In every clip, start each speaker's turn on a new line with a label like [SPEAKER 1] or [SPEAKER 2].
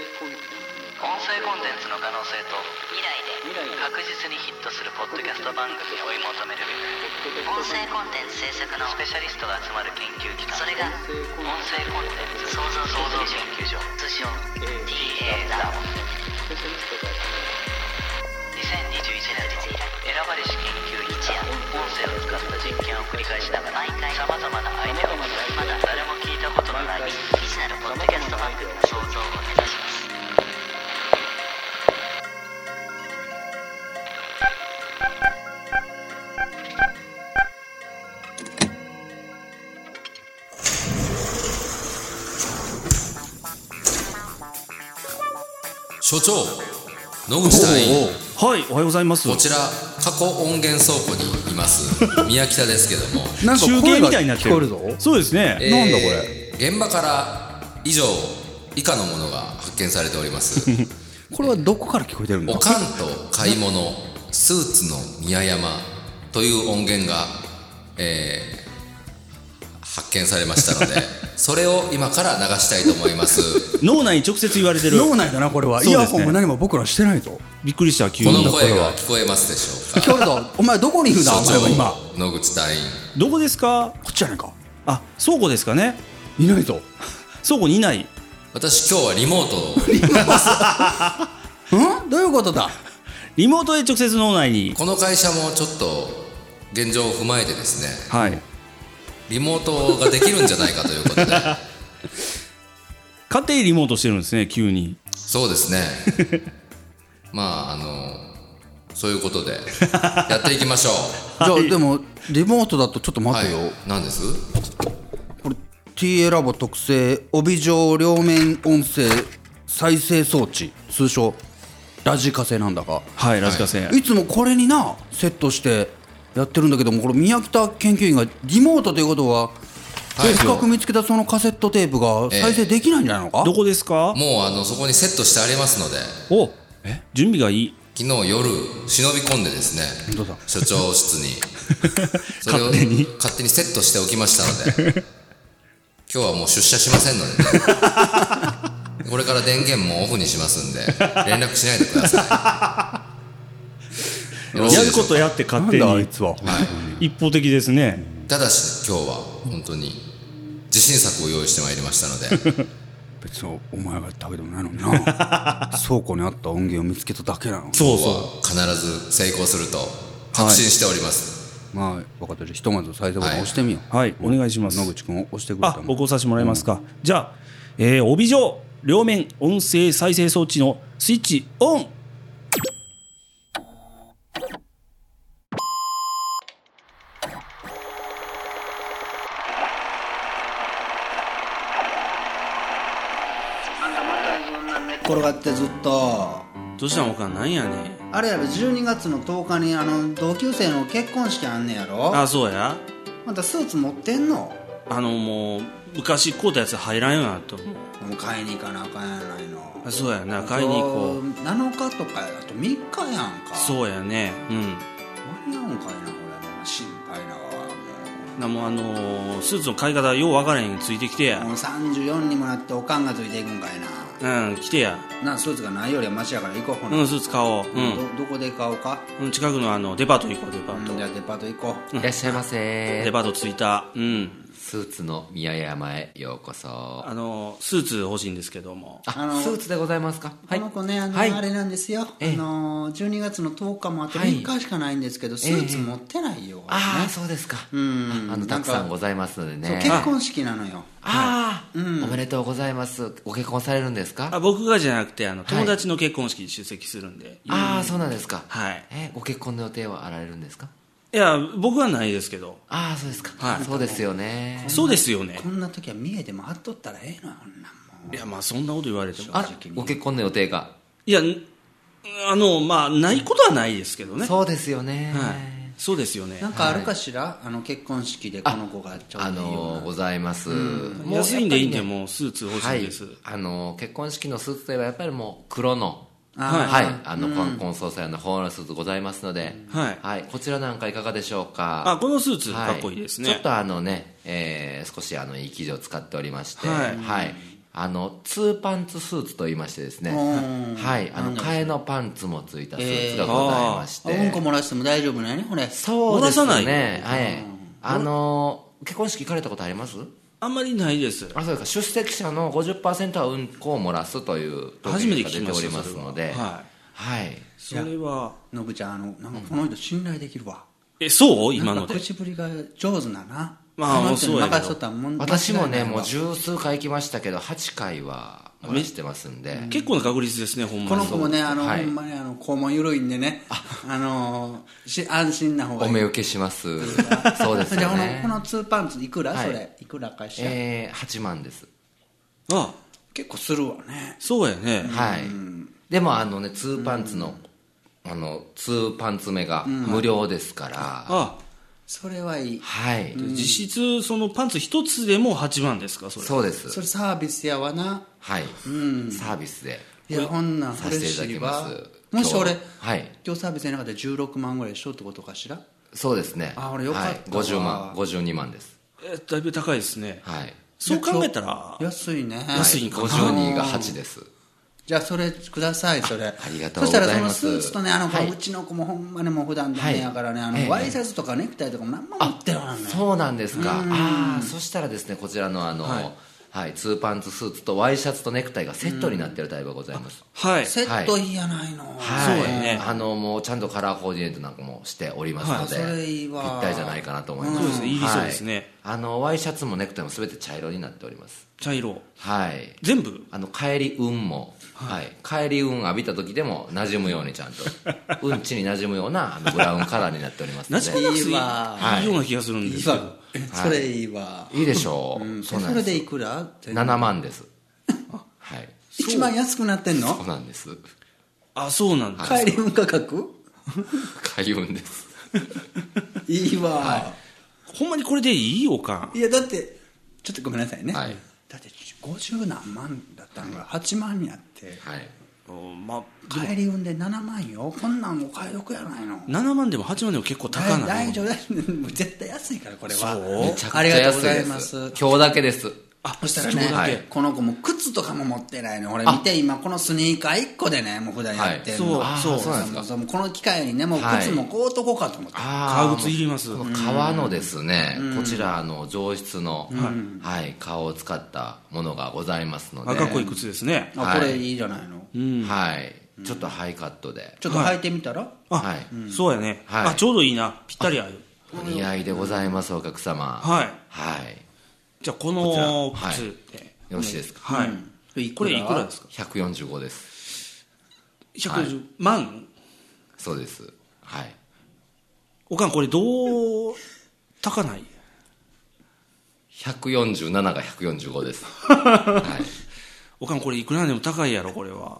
[SPEAKER 1] 音声コンテンツの可能性と未来で確実にヒットするポッドキャスト番組を追い求める音声コンテンツ制作のスペシャリストが集まる研究機関それが音声コンテンツ創造創造研究所通称 TA ラボ2021年の選ばれし研究一夜音声を使った実験を繰り返しながら毎回さまざまなアイデアを出しまだ誰も聞いたことのない未知なるポッドキャスト番組の創造を目指します
[SPEAKER 2] 所長野口隊員
[SPEAKER 3] はい、おはようございます。
[SPEAKER 2] こちら過去音源倉庫にいます宮北ですけども
[SPEAKER 4] なんか
[SPEAKER 3] 中継
[SPEAKER 4] 声
[SPEAKER 3] み
[SPEAKER 4] が
[SPEAKER 3] たいになって
[SPEAKER 4] 聞
[SPEAKER 3] る。
[SPEAKER 4] こえるぞ。
[SPEAKER 3] そうですね。
[SPEAKER 2] えー
[SPEAKER 4] なんだこ
[SPEAKER 2] 現場から以上以下のものが発見されております
[SPEAKER 4] これはどこから聞こえてるん
[SPEAKER 2] お
[SPEAKER 4] だ。
[SPEAKER 2] かんと買い物スーツの宮山という音源が、えー発見されましたのでそれを今から流したいと思います
[SPEAKER 3] 脳内に直接言われてる。
[SPEAKER 4] 脳内だなこれは。
[SPEAKER 3] そ
[SPEAKER 4] イ
[SPEAKER 3] うで
[SPEAKER 4] ヤ
[SPEAKER 3] すね
[SPEAKER 4] ホンも何も僕らしてないぞ。
[SPEAKER 3] びっくりした急
[SPEAKER 2] この
[SPEAKER 3] に。
[SPEAKER 2] 声が聞こえますでしょう
[SPEAKER 4] 聞こえるぞ。 お前どこにいるんだ
[SPEAKER 2] か
[SPEAKER 4] お前は今。こ
[SPEAKER 2] 所長野口隊員
[SPEAKER 3] どこですか？
[SPEAKER 4] っちじゃないか。
[SPEAKER 3] あ、倉庫ですかね。
[SPEAKER 4] いないぞ。
[SPEAKER 3] 倉庫にいない。
[SPEAKER 2] 私今日はリモート
[SPEAKER 4] うん？どういうことだ。
[SPEAKER 3] リモートで直接脳内に。
[SPEAKER 2] この会社もちょっと現状を踏まえてですね
[SPEAKER 3] はい。
[SPEAKER 2] リモートができるんじゃないかということで
[SPEAKER 3] 家庭リモートしてるんですね。急に。
[SPEAKER 2] そうですねまああのそういうことでやっていきましょ
[SPEAKER 4] じゃあでもリモートだとちょっと
[SPEAKER 2] う
[SPEAKER 4] 待
[SPEAKER 2] は
[SPEAKER 4] てよ。
[SPEAKER 2] い何です
[SPEAKER 4] これ TA ラボ特製帯状両面音声再生装置通称ラジカセなんだが
[SPEAKER 3] はい、ラジカセ。
[SPEAKER 4] いつもこれになセットしてやってるんだけどもこれ宮北研究員がリモートということは
[SPEAKER 2] はい
[SPEAKER 4] せっかく見つけたそのカセットテープが再生できないんじゃないのか
[SPEAKER 3] どこですか？
[SPEAKER 2] もうあのそこにセットしてありますので
[SPEAKER 3] お、準備がいい。
[SPEAKER 2] 昨日夜忍び込んでですね
[SPEAKER 4] どうだ
[SPEAKER 2] 所長室 にそれを
[SPEAKER 3] 勝手に
[SPEAKER 2] 勝手にセットしておきましたので今日はもう出社しませんので、 ね、これから電源もオフにしますんで連絡しないでくださいよろしい
[SPEAKER 3] や
[SPEAKER 2] で
[SPEAKER 3] る
[SPEAKER 2] しょ
[SPEAKER 3] こ
[SPEAKER 2] うか
[SPEAKER 3] とやって勝
[SPEAKER 4] なん
[SPEAKER 3] 手
[SPEAKER 4] だあい
[SPEAKER 3] に。
[SPEAKER 4] つは
[SPEAKER 3] 一方的ですね。
[SPEAKER 2] ただし今日は本当に自信作を用意してまいりましたので
[SPEAKER 4] 別にお前が言ったわけでもないの にな倉庫にあった音源を見つけただけなのに
[SPEAKER 3] そう
[SPEAKER 2] 今日
[SPEAKER 3] そ
[SPEAKER 2] は必ず成功すると確信しております、
[SPEAKER 4] まあ分かったじゃあひとまず再生ボタン押してみよう
[SPEAKER 3] う。はい、お願いします。
[SPEAKER 4] 野口君押してくれた
[SPEAKER 3] あ、
[SPEAKER 4] もん
[SPEAKER 3] 僕をさせてもらいますか。じゃあ、えー、帯状両面音声再生装置のスイッチオン。
[SPEAKER 5] 転がってずっと
[SPEAKER 6] どうしたんおかんなんやねん
[SPEAKER 5] あれやろ12月の10日にあの同級生の結婚式あんねやろ
[SPEAKER 6] あそうや
[SPEAKER 5] またスーツ持ってんの
[SPEAKER 6] あのもう昔買うたやつ入らんようになと思う
[SPEAKER 5] もう買いに行かなあかんやないの
[SPEAKER 6] あそうやな買いに行こう
[SPEAKER 5] 7日とかやあと3日やんかう
[SPEAKER 6] そうやねうん
[SPEAKER 5] 間に合うんかいなこれもう心配なわも
[SPEAKER 6] なもうあのースーツの買い方よう分からへんついてきて
[SPEAKER 5] うも
[SPEAKER 6] や
[SPEAKER 5] う34にもなっておかんがついていくんかいな
[SPEAKER 6] うん来てや
[SPEAKER 5] なあスーツがないよりはマシやから行こうほな、
[SPEAKER 6] うんスーツ買おううん
[SPEAKER 5] どどこで買おうか、
[SPEAKER 6] うん近くのあのデパート行こうデパ
[SPEAKER 5] う
[SPEAKER 6] ー
[SPEAKER 5] ん、じゃあ
[SPEAKER 6] ト
[SPEAKER 5] デパート行こう
[SPEAKER 7] いらっしゃいませ
[SPEAKER 6] デパート着いたうん
[SPEAKER 7] スーツの宮山へようこそ
[SPEAKER 6] あのースーツ欲しいんですけども
[SPEAKER 7] あ
[SPEAKER 5] あの
[SPEAKER 7] スーツでございますかは
[SPEAKER 5] こ
[SPEAKER 7] い
[SPEAKER 5] の子ね、あの、
[SPEAKER 7] はい
[SPEAKER 5] あれなんですよ。あ
[SPEAKER 7] ええ
[SPEAKER 5] の、12月の10日もあと
[SPEAKER 7] はい
[SPEAKER 5] 3日しかないんですけど、スーツ持ってないよ。
[SPEAKER 7] ああそうですか
[SPEAKER 5] うん
[SPEAKER 7] ああのたくさんございますので
[SPEAKER 5] そう
[SPEAKER 7] ね
[SPEAKER 5] 結婚式なのよ。
[SPEAKER 7] ああおめでとうございますご結婚されるんですか
[SPEAKER 6] あ僕がじゃなくてあの友達の結婚式に出席するんで
[SPEAKER 7] ああそうなんですか
[SPEAKER 6] はい
[SPEAKER 7] えご結婚の予定はあられるんですか
[SPEAKER 6] いや僕はないですけど
[SPEAKER 7] ああそうですか
[SPEAKER 6] はい
[SPEAKER 7] そうですよね
[SPEAKER 6] そうですよね
[SPEAKER 5] こんな時は見えて回っとったらええのよ、こんなんも
[SPEAKER 6] いやまあそんなこと言われても
[SPEAKER 7] あご結婚の予定が
[SPEAKER 6] いや、んあの、まあ、ないことはないですけどね。
[SPEAKER 7] そうですよね
[SPEAKER 6] はい。そうですよね
[SPEAKER 5] う。な。んかあるかしらあの、結婚式でこの子がちょうど
[SPEAKER 7] あ
[SPEAKER 5] いいよう
[SPEAKER 7] の
[SPEAKER 5] な。
[SPEAKER 7] ございますもうやっぱりね
[SPEAKER 6] 安いんでいいんで、もうスーツ欲し
[SPEAKER 7] はいい
[SPEAKER 6] です。、
[SPEAKER 7] あの結婚式のスーツといえばやっぱりもう黒の
[SPEAKER 5] あ
[SPEAKER 7] はい、あの、婚婚葬祭のホールスーツございますので、
[SPEAKER 6] はい
[SPEAKER 7] こちらなんかいかがでしょうか
[SPEAKER 6] あ、このスーツ
[SPEAKER 7] は
[SPEAKER 6] かっこいいですね。
[SPEAKER 7] ちょっとあのね、えー少しあのいい生地を使っておりまして、
[SPEAKER 6] はい
[SPEAKER 7] あのツーパンツスーツと言いましてですね
[SPEAKER 5] うん
[SPEAKER 7] はいあ
[SPEAKER 5] なん
[SPEAKER 7] の
[SPEAKER 5] だろう
[SPEAKER 7] 替えのパンツもついたスーツがございまして、
[SPEAKER 5] うんこ漏らしても大丈夫なねこれ
[SPEAKER 7] そうです
[SPEAKER 6] 漏らさ
[SPEAKER 7] ねはいあの結婚式行かれたことあります
[SPEAKER 6] あんまりないです。
[SPEAKER 7] あそうですか出席者の50%はうんこを漏らすという統
[SPEAKER 6] 初めて
[SPEAKER 7] 計が
[SPEAKER 6] 聞き
[SPEAKER 7] 出て
[SPEAKER 6] ま
[SPEAKER 7] お
[SPEAKER 6] し
[SPEAKER 7] り
[SPEAKER 6] た。
[SPEAKER 7] ますので
[SPEAKER 6] それははい。
[SPEAKER 7] はい
[SPEAKER 6] それは、
[SPEAKER 5] のぶちゃんあのなんかこの人信頼できるわ
[SPEAKER 6] え、そう今
[SPEAKER 5] なん
[SPEAKER 6] の
[SPEAKER 5] か
[SPEAKER 6] で。
[SPEAKER 5] 口ぶりが上手なな
[SPEAKER 6] まあ
[SPEAKER 5] その人に
[SPEAKER 6] そうやけど
[SPEAKER 5] 任せとったらもん
[SPEAKER 7] 私も
[SPEAKER 5] 間違
[SPEAKER 7] ね
[SPEAKER 5] いない
[SPEAKER 7] も
[SPEAKER 5] わ
[SPEAKER 7] う十数回行きましたけど8回は漏らしてますんで
[SPEAKER 6] 結構な確率ですね、ほん
[SPEAKER 5] こ
[SPEAKER 6] ま
[SPEAKER 5] の
[SPEAKER 6] に。
[SPEAKER 5] 子もねあの、
[SPEAKER 7] はい
[SPEAKER 5] ほんまにあの肛門緩いんでねあのし安心な方が
[SPEAKER 7] お
[SPEAKER 5] いい
[SPEAKER 7] 目受け しますそうです
[SPEAKER 5] じゃ
[SPEAKER 7] よ
[SPEAKER 5] あこの
[SPEAKER 7] ね
[SPEAKER 5] このツーパンツいくら、
[SPEAKER 7] はい
[SPEAKER 5] それいくらかしら、
[SPEAKER 7] えー、8万です
[SPEAKER 6] あ、
[SPEAKER 5] 結構するわね
[SPEAKER 6] そうやね。
[SPEAKER 7] はいでもあのねツーパンツのあのツーパンツ目が無料ですから
[SPEAKER 6] あ、
[SPEAKER 5] それはいい
[SPEAKER 7] はい
[SPEAKER 6] 実質、そのパンツ一つでも8万ですか、それ。
[SPEAKER 7] そうで
[SPEAKER 5] そ
[SPEAKER 7] す
[SPEAKER 5] れサービスやわな
[SPEAKER 7] はいサービスで
[SPEAKER 5] いやこんなん
[SPEAKER 7] させてい
[SPEAKER 5] 嬉
[SPEAKER 7] ただ
[SPEAKER 5] し
[SPEAKER 7] き
[SPEAKER 5] いわ
[SPEAKER 7] ま
[SPEAKER 5] も
[SPEAKER 7] す
[SPEAKER 5] し俺
[SPEAKER 7] 今日はい
[SPEAKER 5] 今日サービスやなかったら16万ぐらいしとってことかしら
[SPEAKER 7] そうですね
[SPEAKER 5] あ俺よかったわ
[SPEAKER 7] はい、50万52万です
[SPEAKER 6] えだいぶ高いですね。
[SPEAKER 7] はい
[SPEAKER 6] そう考えたら、
[SPEAKER 5] 安いね
[SPEAKER 6] 安いんかな
[SPEAKER 7] 52が8です
[SPEAKER 5] じゃあそれくださいそれあ
[SPEAKER 7] りがとうご
[SPEAKER 5] そ
[SPEAKER 7] ざい
[SPEAKER 5] し
[SPEAKER 7] ます
[SPEAKER 5] たらそのスーツとねあの、
[SPEAKER 7] はいう
[SPEAKER 5] ちの子もほんまにもう普段ダ
[SPEAKER 7] は
[SPEAKER 5] メ
[SPEAKER 7] い
[SPEAKER 5] やからねあの、
[SPEAKER 7] ええ
[SPEAKER 5] ワイシャツとかネクタイとかも何も持ってはらんね
[SPEAKER 7] そうなんですかああそしたらですねこちらのあの、はいツーパンツスーツとワイシャツとネクタイがセットになってるタイプがございます、
[SPEAKER 6] はい。
[SPEAKER 5] セットいいやないの、
[SPEAKER 7] はい
[SPEAKER 6] そうやね
[SPEAKER 7] あのもうちゃんとカラーコーディネートなんかもしておりますので、
[SPEAKER 5] はいそれいいわ
[SPEAKER 7] ぴったりじゃないかなと思います、
[SPEAKER 6] うんそうですねいい理想ですね
[SPEAKER 7] はいあのワイシャツもネクタイも全て茶色になっております
[SPEAKER 6] 茶色。
[SPEAKER 7] はい
[SPEAKER 6] 全部
[SPEAKER 7] あの帰り運も、はい帰り運浴びた時でも馴染むようにちゃん とうんちに馴染むようなあのブラウンカラーになっておりますの
[SPEAKER 6] なじ
[SPEAKER 7] で
[SPEAKER 6] まなくていい,、
[SPEAKER 7] はい
[SPEAKER 6] い、ような気がするんで
[SPEAKER 5] いい
[SPEAKER 6] すけど。
[SPEAKER 5] わえそれいいわ、
[SPEAKER 7] いいでしょう、
[SPEAKER 5] うん
[SPEAKER 7] そう
[SPEAKER 5] そ
[SPEAKER 7] なん
[SPEAKER 5] れ
[SPEAKER 7] で
[SPEAKER 5] ですいくら
[SPEAKER 7] 7万ですはい
[SPEAKER 5] 一番安くなってん
[SPEAKER 7] そう
[SPEAKER 5] の
[SPEAKER 7] なんです
[SPEAKER 6] あ、そうなんだ。
[SPEAKER 5] 帰り運価格
[SPEAKER 7] 開運です
[SPEAKER 5] いいわ、
[SPEAKER 6] ほんまにこれでいいおかん
[SPEAKER 5] い、。やだってちょっとごめんなさいね、
[SPEAKER 7] はい
[SPEAKER 5] だって50何万だったのが8万になって
[SPEAKER 7] はい
[SPEAKER 6] うんまあ、でも
[SPEAKER 5] 帰り運で7万よこんなんお買い得やないの
[SPEAKER 6] 7万でも8万でも結構高
[SPEAKER 5] 大
[SPEAKER 6] ない
[SPEAKER 5] 大丈夫大丈夫もう絶対安いからこれは
[SPEAKER 6] そう
[SPEAKER 7] めちゃくち
[SPEAKER 5] あ
[SPEAKER 7] ゃ
[SPEAKER 5] りがとう
[SPEAKER 7] 安
[SPEAKER 5] ご
[SPEAKER 7] い
[SPEAKER 5] ざい
[SPEAKER 7] で
[SPEAKER 5] ます
[SPEAKER 7] す今日だけです
[SPEAKER 6] あ、
[SPEAKER 5] そしたら
[SPEAKER 6] そう
[SPEAKER 5] ね、
[SPEAKER 6] だ
[SPEAKER 7] は
[SPEAKER 6] け
[SPEAKER 7] い
[SPEAKER 5] この子も靴とかも持ってないの俺見て今このスニーカー1個でねもう普段やってんの、
[SPEAKER 7] はいそうあーそうなんですか
[SPEAKER 5] もうこの機会にねもう
[SPEAKER 7] はい
[SPEAKER 5] 靴も買うとこうかと思って、
[SPEAKER 7] あ
[SPEAKER 6] 革靴いります
[SPEAKER 7] この革のですね、こちらあの上質の、はい、革を使ったものがございますので
[SPEAKER 6] 赤っこい靴ですね。
[SPEAKER 5] あこれいいじゃないの、
[SPEAKER 7] はい、ちょっとハイカットで
[SPEAKER 5] ちょっと履いてみたら、
[SPEAKER 6] あ、
[SPEAKER 7] はい
[SPEAKER 6] そうやね、
[SPEAKER 7] はい
[SPEAKER 6] あ、ちょうどいいな。ぴったり合う。
[SPEAKER 7] お似合いでございますお客様
[SPEAKER 6] はい
[SPEAKER 7] はい
[SPEAKER 6] じゃあ、こ
[SPEAKER 7] こちら
[SPEAKER 6] の
[SPEAKER 7] はい
[SPEAKER 6] 靴って。
[SPEAKER 7] よろしいですか
[SPEAKER 6] はい。
[SPEAKER 5] い
[SPEAKER 6] これいくらですか
[SPEAKER 7] 145です
[SPEAKER 6] 150万
[SPEAKER 7] そうですはい
[SPEAKER 6] おかん、これどう、高ない
[SPEAKER 7] 147が145です、 はい、
[SPEAKER 6] おかん、これいくらでも高いやろ、これは。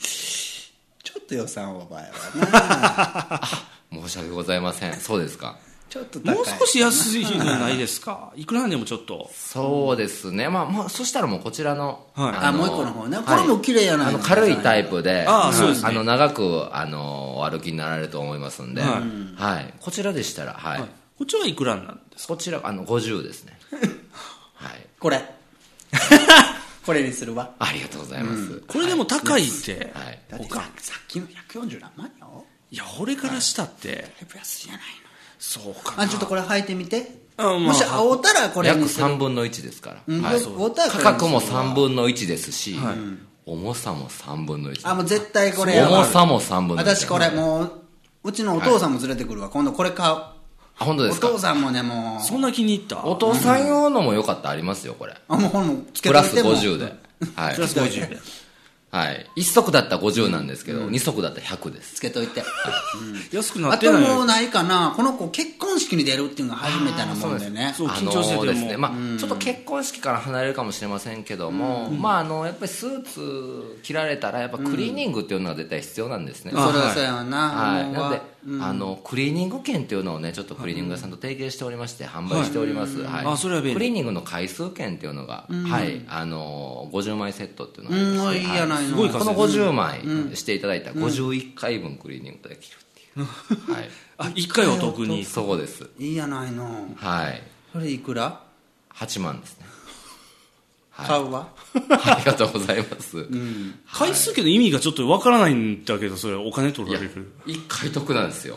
[SPEAKER 5] ちょっと予算オーバーやわ
[SPEAKER 7] 申し訳ございませんそうですか
[SPEAKER 5] ちょっと高い
[SPEAKER 6] もう少し安いのないですか。いくらでもちょっと。
[SPEAKER 7] そうですね、まあ、まあ、そしたらもうこちらの、
[SPEAKER 6] はい
[SPEAKER 5] あもう一個の方ねこれも綺麗やない
[SPEAKER 7] あ
[SPEAKER 5] の
[SPEAKER 7] の軽いタイプで、
[SPEAKER 6] ああそうですね
[SPEAKER 7] あの長くあのお歩きになられると思いますんで、
[SPEAKER 6] は
[SPEAKER 7] はいい、こちらでしたら、はい、
[SPEAKER 6] はいこっちはいくらなん
[SPEAKER 7] こちらあの50です ね。はい、
[SPEAKER 5] これこれにするわ
[SPEAKER 7] ありがとうございます。
[SPEAKER 6] これでも高いって。
[SPEAKER 7] はい、
[SPEAKER 5] だってささっきの140何万よ
[SPEAKER 6] いや、俺からしたって。
[SPEAKER 5] だいぶ安いじゃないの
[SPEAKER 6] そうかな。
[SPEAKER 5] あちょっとこれ履いてみて、
[SPEAKER 6] あまあ
[SPEAKER 5] もし合うたらこれ
[SPEAKER 7] 約
[SPEAKER 5] にする
[SPEAKER 7] 3分の1ですから、
[SPEAKER 5] うん
[SPEAKER 7] はい、
[SPEAKER 5] よく合うたらこれにす
[SPEAKER 7] 価
[SPEAKER 5] る
[SPEAKER 7] 格も3分の1ですし、重さも3分の1
[SPEAKER 5] あもう絶対これやわ
[SPEAKER 7] 重さも3分の1
[SPEAKER 5] 私これもううちのお父さんも連れてくるわ、今度これ買う
[SPEAKER 7] あ本当
[SPEAKER 5] お
[SPEAKER 7] ですか
[SPEAKER 5] 父さんもねもう
[SPEAKER 6] そんな気に入った。
[SPEAKER 7] お父さん用のもよかったらありますよこれ
[SPEAKER 5] あもうほんのつけ
[SPEAKER 7] プ
[SPEAKER 5] と
[SPEAKER 7] ラ
[SPEAKER 5] い
[SPEAKER 7] ス
[SPEAKER 5] ても
[SPEAKER 7] 50で、はい、
[SPEAKER 6] プラス50で。
[SPEAKER 7] はい、1足だったら50なんですけど、二2足だったら100です
[SPEAKER 5] つけといて、
[SPEAKER 6] 安く
[SPEAKER 5] うん
[SPEAKER 6] な
[SPEAKER 5] あ
[SPEAKER 6] って
[SPEAKER 5] と
[SPEAKER 6] ない。
[SPEAKER 5] もうないかなこの子結婚式に出るっていうのが初めてなもんでね
[SPEAKER 6] そう緊張してても
[SPEAKER 7] あのですねまあ、ちょっと結婚式から離れるかもしれませんけども、まあ、あのやっぱりスーツ着られたらやっぱクリーニングっていうのが絶対必要なんですね、
[SPEAKER 5] それはそうやわな、
[SPEAKER 7] はい、
[SPEAKER 5] もう
[SPEAKER 7] なので、あのクリーニング券っていうのをねちょっとクリーニング屋さんと提携しておりまして販売しております、はい
[SPEAKER 6] あそれは便利
[SPEAKER 7] クリーニングの回数券っていうのが、はいあの50枚セットっていうのがあり
[SPEAKER 5] うんお
[SPEAKER 7] まして
[SPEAKER 5] いいやないの、
[SPEAKER 6] ごい
[SPEAKER 7] この50枚していただいたら51回分クリーニングできるっていう、はい
[SPEAKER 6] あ、一回お得に。
[SPEAKER 7] そうです
[SPEAKER 5] いいやないの
[SPEAKER 7] はい
[SPEAKER 5] それいくら
[SPEAKER 7] 8万ですね
[SPEAKER 5] 買うわ
[SPEAKER 7] ありがとうございます。
[SPEAKER 6] 回数けど意味がちょっとわからないんだけど、それお金取
[SPEAKER 7] い
[SPEAKER 6] ら
[SPEAKER 7] や
[SPEAKER 6] れる。、
[SPEAKER 7] 一回得なんですよ。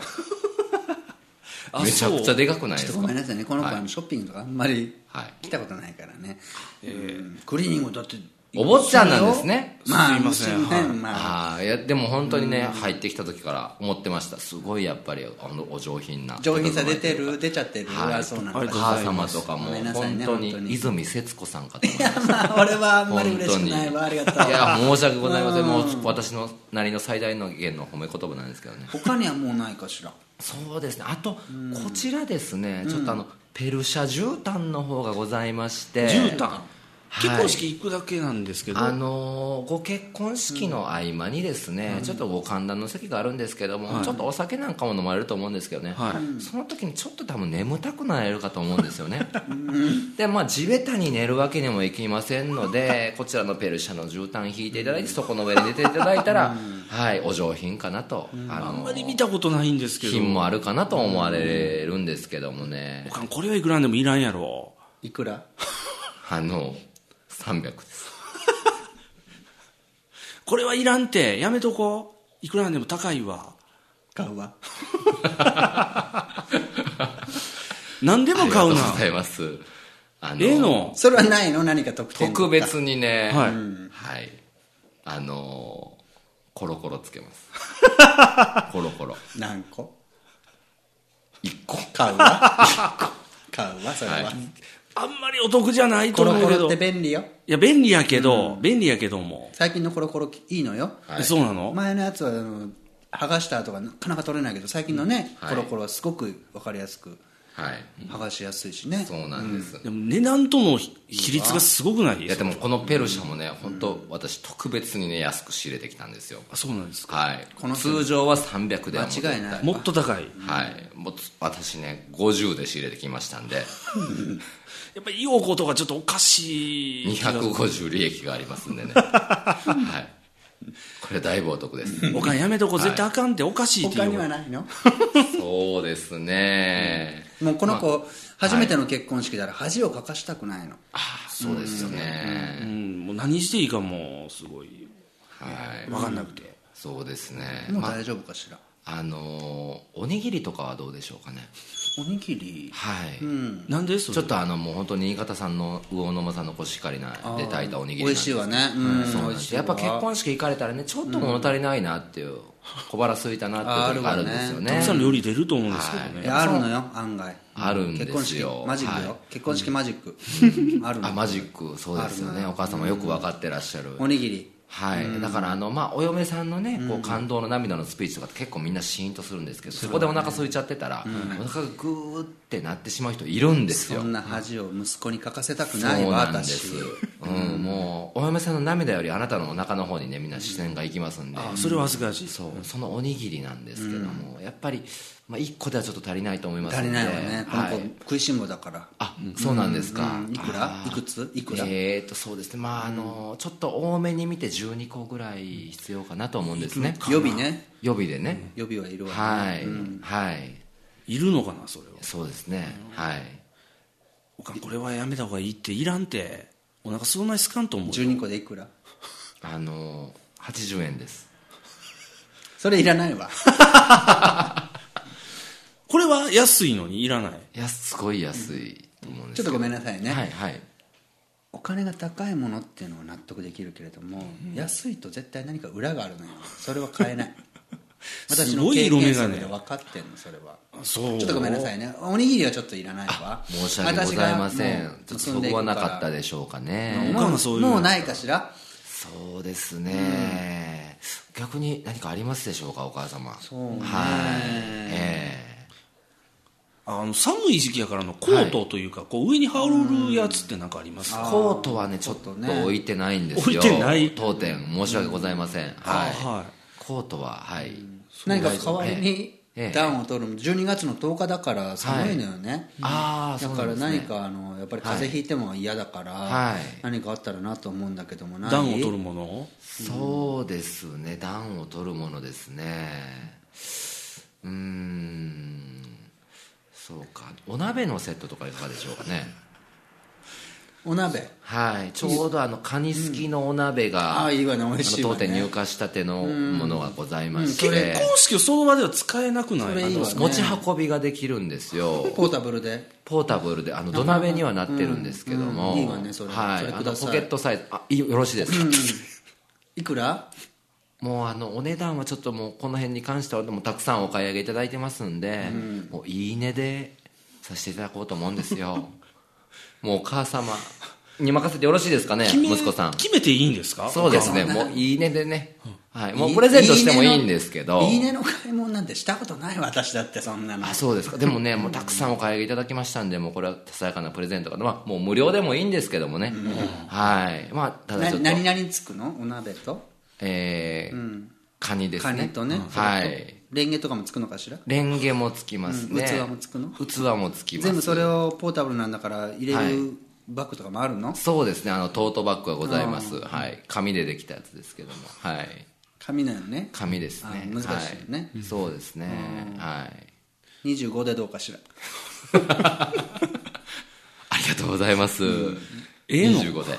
[SPEAKER 6] あ
[SPEAKER 7] めちゃくち
[SPEAKER 6] そ
[SPEAKER 7] ゃ
[SPEAKER 6] う
[SPEAKER 7] でかくないで
[SPEAKER 5] ちょっ
[SPEAKER 7] す
[SPEAKER 5] と
[SPEAKER 7] か
[SPEAKER 5] ごめんなさいねこの子あのショッピングとかあんまり
[SPEAKER 7] はい
[SPEAKER 5] 来たことないからね、うんクリーニングだって
[SPEAKER 7] お坊ちゃんなんですね
[SPEAKER 5] まあ
[SPEAKER 6] すいません
[SPEAKER 5] もちろ
[SPEAKER 6] はい
[SPEAKER 5] まあ
[SPEAKER 7] ああ、いや、でも本当にね、入ってきた時から思ってました。すごいやっぱり、あの、お上品な。
[SPEAKER 5] 上品さ出てる出ちゃってる、あそうなんだ
[SPEAKER 7] お母様とかも
[SPEAKER 5] ごめんなさい
[SPEAKER 7] 本
[SPEAKER 5] ね
[SPEAKER 7] 当
[SPEAKER 5] 本当
[SPEAKER 7] に
[SPEAKER 5] に
[SPEAKER 7] 泉節子さんかと思いまし
[SPEAKER 5] まあ 俺はあん
[SPEAKER 7] た
[SPEAKER 5] まり嬉しくないわありがとう
[SPEAKER 7] いや申し訳ございませんもう私のなりの最大の限の褒め言葉なんですけどね
[SPEAKER 5] 他にはもうないかしら
[SPEAKER 7] そうですねあとこちらですねちょっとあのペルシャ絨毯の方がございまして
[SPEAKER 6] 絨毯。
[SPEAKER 7] い
[SPEAKER 6] 結婚式行くだけなんですけど。
[SPEAKER 7] あのーご結婚式の合間にですね、ちょっとご歓談の席があるんですけども、ちょっとお酒なんかも飲まれると思うんですけどね、その時にちょっと多分眠たくなれるかと思うんですよねでまあ地べたに寝るわけにもいきませんのでこちらのペルシャの絨毯引いていただいてそこの上に寝ていただいたら、はいお上品かなと、あ
[SPEAKER 6] あん
[SPEAKER 7] の
[SPEAKER 6] まり見たことないんですけど。
[SPEAKER 7] 品もあるかなと思われるんですけどもね、
[SPEAKER 6] おかんこれはいくらでもいらんやろ。
[SPEAKER 5] いくら
[SPEAKER 7] あの300です
[SPEAKER 6] これはいらんて、やめとこう。いくらでも高いわ。
[SPEAKER 5] 買うわ
[SPEAKER 6] 何でも買う
[SPEAKER 7] あり
[SPEAKER 6] な
[SPEAKER 7] がと。ございますあの
[SPEAKER 6] ええの。
[SPEAKER 5] それはないの何か特典とか
[SPEAKER 7] 特別にね、
[SPEAKER 6] は
[SPEAKER 7] はいい、あのーコロコロつけます コロコロ
[SPEAKER 5] 何個
[SPEAKER 7] 1個
[SPEAKER 5] 買うわ買うわそれは、
[SPEAKER 7] はい
[SPEAKER 6] あんまりお得じゃないと
[SPEAKER 5] コロ
[SPEAKER 6] 思
[SPEAKER 5] コ
[SPEAKER 6] うけ
[SPEAKER 5] ロ
[SPEAKER 6] ど。
[SPEAKER 5] って
[SPEAKER 6] い
[SPEAKER 5] 便利よ
[SPEAKER 6] や、便利やけど、便利やけども。
[SPEAKER 5] 最近のコロコロいいのよ、
[SPEAKER 7] はい
[SPEAKER 6] そうなの
[SPEAKER 5] 前のやつはあの剥がしたとかなかなか取れないけど最近のね、
[SPEAKER 7] はい
[SPEAKER 5] コロコロはすごく分かりやすく
[SPEAKER 7] はい
[SPEAKER 5] 剥がしやすいしね
[SPEAKER 7] そうなんです、
[SPEAKER 6] でも値段との比比率がすごくない
[SPEAKER 7] いやでもこのペルシャもね本当私特別にね安く仕入れてきたんですよ
[SPEAKER 6] あそうなんですか。
[SPEAKER 7] はい
[SPEAKER 5] この人
[SPEAKER 7] 通常は300では
[SPEAKER 5] 間違いない
[SPEAKER 6] もっと高い。
[SPEAKER 7] はいもうつ私ね50で仕入れてきましたんで
[SPEAKER 6] やっぱり陽子とかちょっとおかしい気が。
[SPEAKER 7] 250利益がありますんでねはいこれだいぶお得です
[SPEAKER 6] おかんやめとこう、絶対あかんっておかしいって
[SPEAKER 5] 他
[SPEAKER 6] 言
[SPEAKER 5] に
[SPEAKER 6] う
[SPEAKER 5] は
[SPEAKER 6] よ。
[SPEAKER 5] ない の
[SPEAKER 7] そうですね、
[SPEAKER 5] もうこの子、初めての結婚式だから恥をかかしたくないの、
[SPEAKER 7] そうですよ
[SPEAKER 6] う
[SPEAKER 7] ね、
[SPEAKER 6] ん、もう何していいかもう、すごい。
[SPEAKER 7] はい、
[SPEAKER 6] わかんなくて。
[SPEAKER 7] そうですね、
[SPEAKER 5] もう
[SPEAKER 7] まあ
[SPEAKER 5] 大丈夫かしら、
[SPEAKER 7] あのーおにぎりとかはどうでしょうかね、
[SPEAKER 5] おにぎり
[SPEAKER 7] はい
[SPEAKER 6] なんでそ
[SPEAKER 7] ちょ
[SPEAKER 6] れ
[SPEAKER 7] っとあのもう本当新潟さんの魚沼さんのコシヒカリなで炊いたおにぎりな
[SPEAKER 5] 美
[SPEAKER 7] んで
[SPEAKER 5] 味
[SPEAKER 7] す
[SPEAKER 5] しい
[SPEAKER 7] けど
[SPEAKER 5] わねうん、
[SPEAKER 7] そうなん
[SPEAKER 5] 美
[SPEAKER 7] で
[SPEAKER 5] 味し
[SPEAKER 7] す
[SPEAKER 5] い
[SPEAKER 7] やっぱ結
[SPEAKER 5] わ
[SPEAKER 7] 婚式行かれたらねちょっと物足りないなっていう、小腹空いたなっていう時があるんですよね
[SPEAKER 6] たくさんの料理出ると思うんですけど
[SPEAKER 5] い
[SPEAKER 6] ね。
[SPEAKER 5] やあるのよ案外
[SPEAKER 7] あるんですよ
[SPEAKER 5] 結婚式マジックよ、
[SPEAKER 7] はい
[SPEAKER 5] 結婚式マジック、あるの
[SPEAKER 7] あマジックそうですよねお母様よく分かってらっしゃる、
[SPEAKER 5] おにぎり
[SPEAKER 7] はい、だからあの、まあ、お嫁さんのねこう感動の涙のスピーチとかって結構みんなシーンとするんですけどそこでお腹空いちゃってたら、お腹がグーってなってしまう人いるんですよ
[SPEAKER 5] そんな恥を息子にかかせたく
[SPEAKER 7] そう
[SPEAKER 5] ないわ
[SPEAKER 7] なんで
[SPEAKER 5] 私
[SPEAKER 7] す、うん、もうお嫁さんの涙よりあなたのお腹の方にねみんな視線が行きますんで、
[SPEAKER 6] あそれは恥ずかしい。
[SPEAKER 7] そうそのおにぎりなんですけども、やっぱり、まあ、1個ではちょっと足りないと思います
[SPEAKER 5] 足り
[SPEAKER 7] の
[SPEAKER 5] な
[SPEAKER 7] で
[SPEAKER 5] いわね、
[SPEAKER 7] は
[SPEAKER 5] この子、
[SPEAKER 7] い
[SPEAKER 5] 食いしん坊だから
[SPEAKER 7] あそうなんですか、
[SPEAKER 5] うんいくらいくついくら、
[SPEAKER 7] えー、とそうですね、まああのちょっと多めに見て12個ぐらい必要かなと思うんですね
[SPEAKER 5] 予備ね
[SPEAKER 7] 予備でね、
[SPEAKER 5] 予備はいるわ、ね、
[SPEAKER 7] はい、はい
[SPEAKER 6] いるのかな、それは。
[SPEAKER 7] そうですね、はい
[SPEAKER 6] おかん、これはやめた方がいいって、いらんて。お腹そんなにすかんと思うよ。
[SPEAKER 5] 12個でいくら
[SPEAKER 7] あの80円です
[SPEAKER 5] それいらないわ
[SPEAKER 6] これは安いのにいらない。
[SPEAKER 7] いやすごい安いと思うんで
[SPEAKER 5] ちょ
[SPEAKER 7] す
[SPEAKER 5] っと
[SPEAKER 7] けど
[SPEAKER 5] ごめんなさいね、
[SPEAKER 7] はいはい
[SPEAKER 5] お金が高いものっていうのは納得できるけれども、安いと絶対何か裏があるのよそれは買え ない私の
[SPEAKER 6] すごい
[SPEAKER 5] 経
[SPEAKER 6] 色眼
[SPEAKER 5] 験
[SPEAKER 6] 鏡
[SPEAKER 5] 則で分かってんのそれは
[SPEAKER 6] そう。
[SPEAKER 5] ちょっとごめんなさいねおにぎりはちょっといらないわ
[SPEAKER 7] 申し訳ございませんちょっとそこはなかった
[SPEAKER 5] で
[SPEAKER 7] でしょうかね、
[SPEAKER 5] も
[SPEAKER 6] 他の
[SPEAKER 5] う
[SPEAKER 6] そういうの
[SPEAKER 5] もうないかしら
[SPEAKER 7] そうですね、逆に何かありますでしょうかお母様
[SPEAKER 5] そうね
[SPEAKER 7] はいええ
[SPEAKER 6] あの寒い時期やからのコートというか、こう上に羽織るやつってなんかありますか
[SPEAKER 7] コートはねちょっと置いてないんですよ
[SPEAKER 6] 置いてない
[SPEAKER 7] 当店申し訳ございません、はい、
[SPEAKER 6] は
[SPEAKER 7] コートははい、
[SPEAKER 5] 何か代わりに
[SPEAKER 7] ええ
[SPEAKER 5] 暖を取る12月の10日だから寒いのよね、
[SPEAKER 7] ああ
[SPEAKER 5] だ
[SPEAKER 7] そう
[SPEAKER 5] か
[SPEAKER 7] なん
[SPEAKER 5] ら
[SPEAKER 7] ですね
[SPEAKER 5] 何かあのやっぱり風邪ひいても嫌だから、
[SPEAKER 7] はい
[SPEAKER 5] 何かあったらなと思うんだけどもない
[SPEAKER 6] 暖を取るもの
[SPEAKER 7] そうですね暖を取るものですねうーんそうかお鍋のセットとかいかがでしょうかね
[SPEAKER 5] お鍋
[SPEAKER 7] はい、ちょうどあのカニすきのお鍋
[SPEAKER 5] うんあ
[SPEAKER 7] が、
[SPEAKER 5] あいいわね
[SPEAKER 7] あの
[SPEAKER 5] 美味しいわ
[SPEAKER 7] 当
[SPEAKER 5] ね
[SPEAKER 7] 店入荷したてのものがございまして、
[SPEAKER 5] うん
[SPEAKER 6] 結婚式をその場では使えなくない
[SPEAKER 5] それいいわ
[SPEAKER 7] 持ち運びができるんですよ
[SPEAKER 5] ポータブルで
[SPEAKER 7] ポータブルであの土鍋にはなってるんですけども、
[SPEAKER 5] うんうんいいわねそれ
[SPEAKER 7] はい
[SPEAKER 5] それ
[SPEAKER 7] あ
[SPEAKER 5] く
[SPEAKER 7] の
[SPEAKER 5] ださい
[SPEAKER 7] ポケットサイズあいいよろしいですか、
[SPEAKER 5] いくら
[SPEAKER 7] もうあのお値段はちょっともうこの辺に関してはもうたくさんお買い上げいただいてますんで、もういいねでさせていただこうと思うんです よもうお母様に任せてよろしいですかね
[SPEAKER 6] 決め
[SPEAKER 7] 息子さん
[SPEAKER 6] 決めていいんですか
[SPEAKER 7] そうですねもういいねでね、はい、もうプレゼントしてもいいんですけど
[SPEAKER 5] いいねの買い物なんてしたことない私だってそんなの
[SPEAKER 7] あそうですかでもねもうたくさんお買い上げいただきましたんでもうこれはささやかなプレゼントが、まあ、もう無料でもいいんですけどもね、はいまあただちょっ
[SPEAKER 5] 何
[SPEAKER 7] と
[SPEAKER 5] 何々つくのお鍋と
[SPEAKER 7] えーカニです
[SPEAKER 5] カ
[SPEAKER 7] ね
[SPEAKER 5] ニとね
[SPEAKER 7] はい
[SPEAKER 5] レンゲとかもつくのかしら
[SPEAKER 7] レンゲもつきますね、
[SPEAKER 5] うん器もつくの
[SPEAKER 7] 器もつきます
[SPEAKER 5] 全部それをポータブルなんだから入れ
[SPEAKER 7] はい
[SPEAKER 5] るバッグとかもあるの
[SPEAKER 7] そうですねあのトートバッグがございます、はい、紙でできたやつですけどもはい
[SPEAKER 5] 紙なのね
[SPEAKER 7] 紙ですね
[SPEAKER 5] あ難しいよね
[SPEAKER 7] はいそうですねはい
[SPEAKER 5] 25でどうかしら
[SPEAKER 7] ありがとうございます、
[SPEAKER 6] ええの
[SPEAKER 7] 25で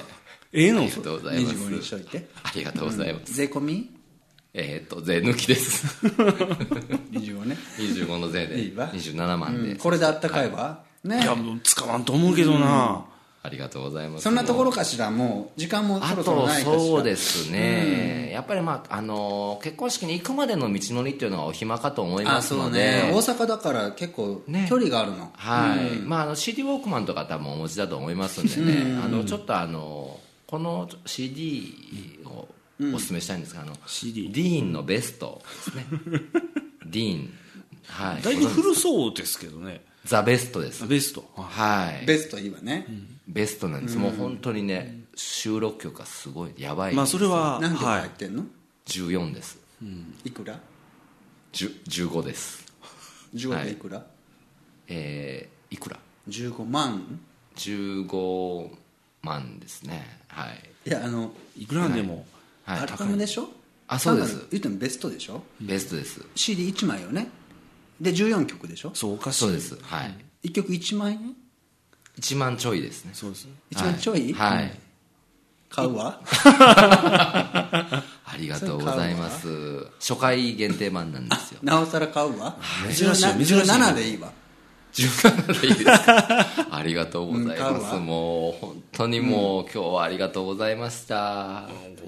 [SPEAKER 6] ええ
[SPEAKER 7] あ
[SPEAKER 6] の
[SPEAKER 7] りがとうございます
[SPEAKER 5] 25にしといて
[SPEAKER 7] ありがとうございます、
[SPEAKER 5] 税込み
[SPEAKER 7] えーっと税抜きです
[SPEAKER 5] 25ね
[SPEAKER 7] 25の税で
[SPEAKER 5] いいわ
[SPEAKER 7] 27万で、
[SPEAKER 5] これであったかいわね
[SPEAKER 6] いやもう使わんと思うけどな、
[SPEAKER 7] ありがとうございます
[SPEAKER 5] そんなところかしらもう時間も
[SPEAKER 7] あ
[SPEAKER 5] そろそろ
[SPEAKER 7] と
[SPEAKER 5] ないかしら
[SPEAKER 7] そうですね、やっぱり、まあ、あの結婚式に行くまでの道のりっていうのはお暇かと思いま
[SPEAKER 5] あ
[SPEAKER 7] す
[SPEAKER 5] そう
[SPEAKER 7] の
[SPEAKER 5] ね
[SPEAKER 7] で
[SPEAKER 5] 大阪だから結構
[SPEAKER 7] ね
[SPEAKER 5] 距離があるの
[SPEAKER 7] はいまあ、あの CD ウォークマンとか多分お持ちだと思いますんでね、あのちょっとあのこの CD をおすすめしたいんですが、あの
[SPEAKER 6] CD
[SPEAKER 7] ディーンのベストで すねディーンはい
[SPEAKER 6] だいぶ古そうですけどね
[SPEAKER 7] ザ・ベストです
[SPEAKER 6] ベスト
[SPEAKER 7] はい
[SPEAKER 5] ベストいいわね
[SPEAKER 7] ベストなんです、もう本当にね収録曲がすごいやばい、
[SPEAKER 6] まあそれは
[SPEAKER 5] 何曲
[SPEAKER 6] は
[SPEAKER 5] 入っ
[SPEAKER 6] い
[SPEAKER 5] てんの
[SPEAKER 7] 14です
[SPEAKER 5] いくら
[SPEAKER 7] 10 15です
[SPEAKER 5] 15でいくら
[SPEAKER 7] えーいくら
[SPEAKER 5] 15万
[SPEAKER 7] 15万ですねはい
[SPEAKER 5] いやあの
[SPEAKER 6] いくらなんでも、
[SPEAKER 7] はい
[SPEAKER 5] アルバムでしょ
[SPEAKER 7] あそうです
[SPEAKER 5] 単なる言ってもベストでしょ
[SPEAKER 7] ベストです
[SPEAKER 5] CD1 枚よねで14曲でしょ
[SPEAKER 6] そうおかしい
[SPEAKER 7] そうですはい
[SPEAKER 5] 1曲1万円
[SPEAKER 7] 1万ちょいですね
[SPEAKER 6] そうですね
[SPEAKER 5] 1万ちょい
[SPEAKER 7] はい、はい
[SPEAKER 5] 買うわ
[SPEAKER 7] ありがとうございます初回限定版なんですよ
[SPEAKER 5] なおさら買うわ
[SPEAKER 6] 珍しい珍しい
[SPEAKER 5] 17でいいわ
[SPEAKER 7] 17でいいですかありがとうござ
[SPEAKER 5] う
[SPEAKER 7] い
[SPEAKER 5] ん
[SPEAKER 7] ます、
[SPEAKER 5] 買うわ
[SPEAKER 7] もう本当にもう、今日はありがとうございました、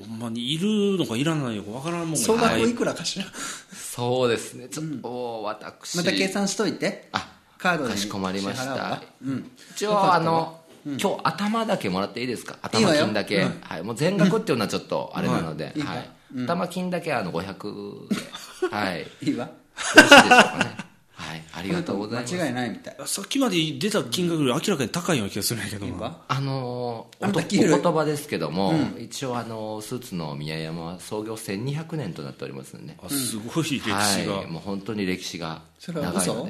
[SPEAKER 6] ほんまにいるのかいらないのかわからんもんが
[SPEAKER 5] 総額
[SPEAKER 6] はい
[SPEAKER 5] いくらかしら
[SPEAKER 7] そうですねちょっと、私
[SPEAKER 5] また計算しといて
[SPEAKER 7] あ
[SPEAKER 5] カードに
[SPEAKER 7] かしこまりまし
[SPEAKER 5] 支払う
[SPEAKER 7] た
[SPEAKER 5] わうん
[SPEAKER 7] 一応あの、今日頭だけもらっていいですか頭金だけはい、もう全額っていうのはちょっとあれなので、はい
[SPEAKER 5] いいわ
[SPEAKER 7] 頭金だけあの500ではいよ
[SPEAKER 5] いいわ
[SPEAKER 7] ろしいでしょうかねはいありがとうございます
[SPEAKER 5] 間違いないみたい
[SPEAKER 6] さっきまで出た金額より明らかに高いような気がするんやけどな
[SPEAKER 7] あのー
[SPEAKER 5] あ
[SPEAKER 7] お
[SPEAKER 5] ん
[SPEAKER 7] と
[SPEAKER 5] た
[SPEAKER 7] お
[SPEAKER 5] 黄色い
[SPEAKER 7] 言葉ですけども、一応あのスーツの宮山は創業1200年となっておりますんで、
[SPEAKER 6] あすごい歴史が、
[SPEAKER 7] はい、もう本当に歴史が長いので
[SPEAKER 5] それは
[SPEAKER 7] そ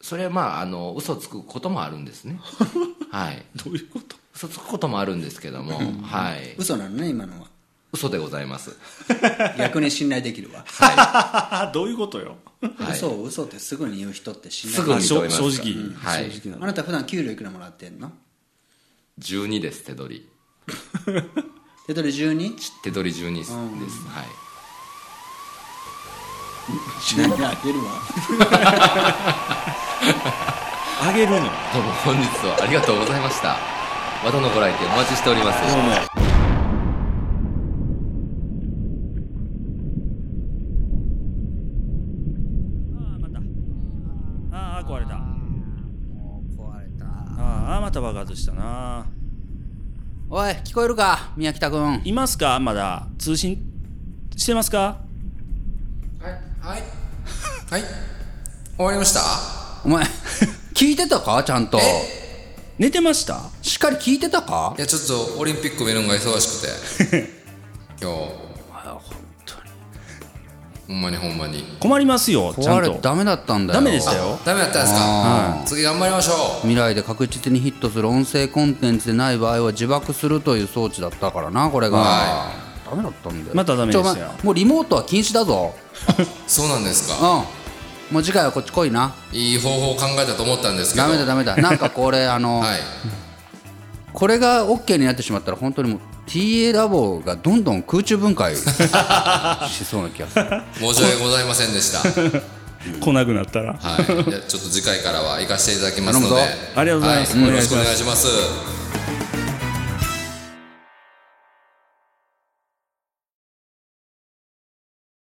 [SPEAKER 5] 嘘
[SPEAKER 7] れはまああの嘘つくこともあるんです ねはい
[SPEAKER 6] どういうこと
[SPEAKER 7] 嘘つくこともあるんですけどもはい
[SPEAKER 5] 嘘なのね今のは
[SPEAKER 7] 嘘でございます
[SPEAKER 5] 逆に信頼できるわ、
[SPEAKER 6] あどういうことよ
[SPEAKER 7] はい
[SPEAKER 5] 嘘を嘘ってすぐに言う人って信
[SPEAKER 7] す
[SPEAKER 5] 頼
[SPEAKER 7] ぐ
[SPEAKER 5] で
[SPEAKER 7] 認めますから
[SPEAKER 6] あ正直
[SPEAKER 7] うんはい
[SPEAKER 5] きるあなた普段給料いくらもらってんの
[SPEAKER 7] 12です手取り
[SPEAKER 5] 手取り 12?
[SPEAKER 7] 手取り12です、はい
[SPEAKER 5] 12あげるわ
[SPEAKER 6] あげるの
[SPEAKER 7] どうも本日はありがとうございましたまたのご来店お待ちしております
[SPEAKER 6] どうもああまたああ壊れた
[SPEAKER 5] もう壊れた
[SPEAKER 6] ああまた爆発したな
[SPEAKER 5] おい聞こえるか宮北君
[SPEAKER 6] いますかまだ通信してますか
[SPEAKER 2] はいはい終わりました
[SPEAKER 5] お前聞いてたかちゃんと
[SPEAKER 6] 寝てました
[SPEAKER 5] しっかり聞いてたか
[SPEAKER 2] いやちょっとオリンピック見るのが忙しくて 今日ほんまにほんまに
[SPEAKER 6] 困りますよちゃ
[SPEAKER 5] 壊
[SPEAKER 6] ん
[SPEAKER 5] れ
[SPEAKER 6] と
[SPEAKER 5] てダメだったんだ
[SPEAKER 6] ダ
[SPEAKER 5] よ
[SPEAKER 6] メでしたよ
[SPEAKER 2] ダメだったんですか、はい次頑張りましょう
[SPEAKER 4] 未来で確実にヒットする音声コンテンツでない場合は自爆するという装置だったからなこれが、
[SPEAKER 2] は
[SPEAKER 4] ダメだったんだよ
[SPEAKER 6] またダメでしたよ
[SPEAKER 4] ちょお前もうリモートは禁止だぞ
[SPEAKER 2] そうなんです
[SPEAKER 4] うん
[SPEAKER 2] か
[SPEAKER 4] もう次回はこっち来いない
[SPEAKER 2] い方法を考えたと思ったんですけど
[SPEAKER 4] ダメだダメだなんかこれあの、
[SPEAKER 2] はい
[SPEAKER 5] これが OK になってしまったら本当にもう TA ラボがどんどん空中分解しそうな気がする
[SPEAKER 2] 申し訳ございませんで した。はい。
[SPEAKER 6] 来なくなったら
[SPEAKER 2] じゃあちょっと次回からは行かせていただきますので
[SPEAKER 5] 頼むぞ。
[SPEAKER 6] ありがとうございま
[SPEAKER 2] は
[SPEAKER 6] すお
[SPEAKER 2] よ
[SPEAKER 6] 願
[SPEAKER 2] ろ
[SPEAKER 6] い
[SPEAKER 2] し
[SPEAKER 6] し
[SPEAKER 2] く
[SPEAKER 6] ます
[SPEAKER 2] お願いします。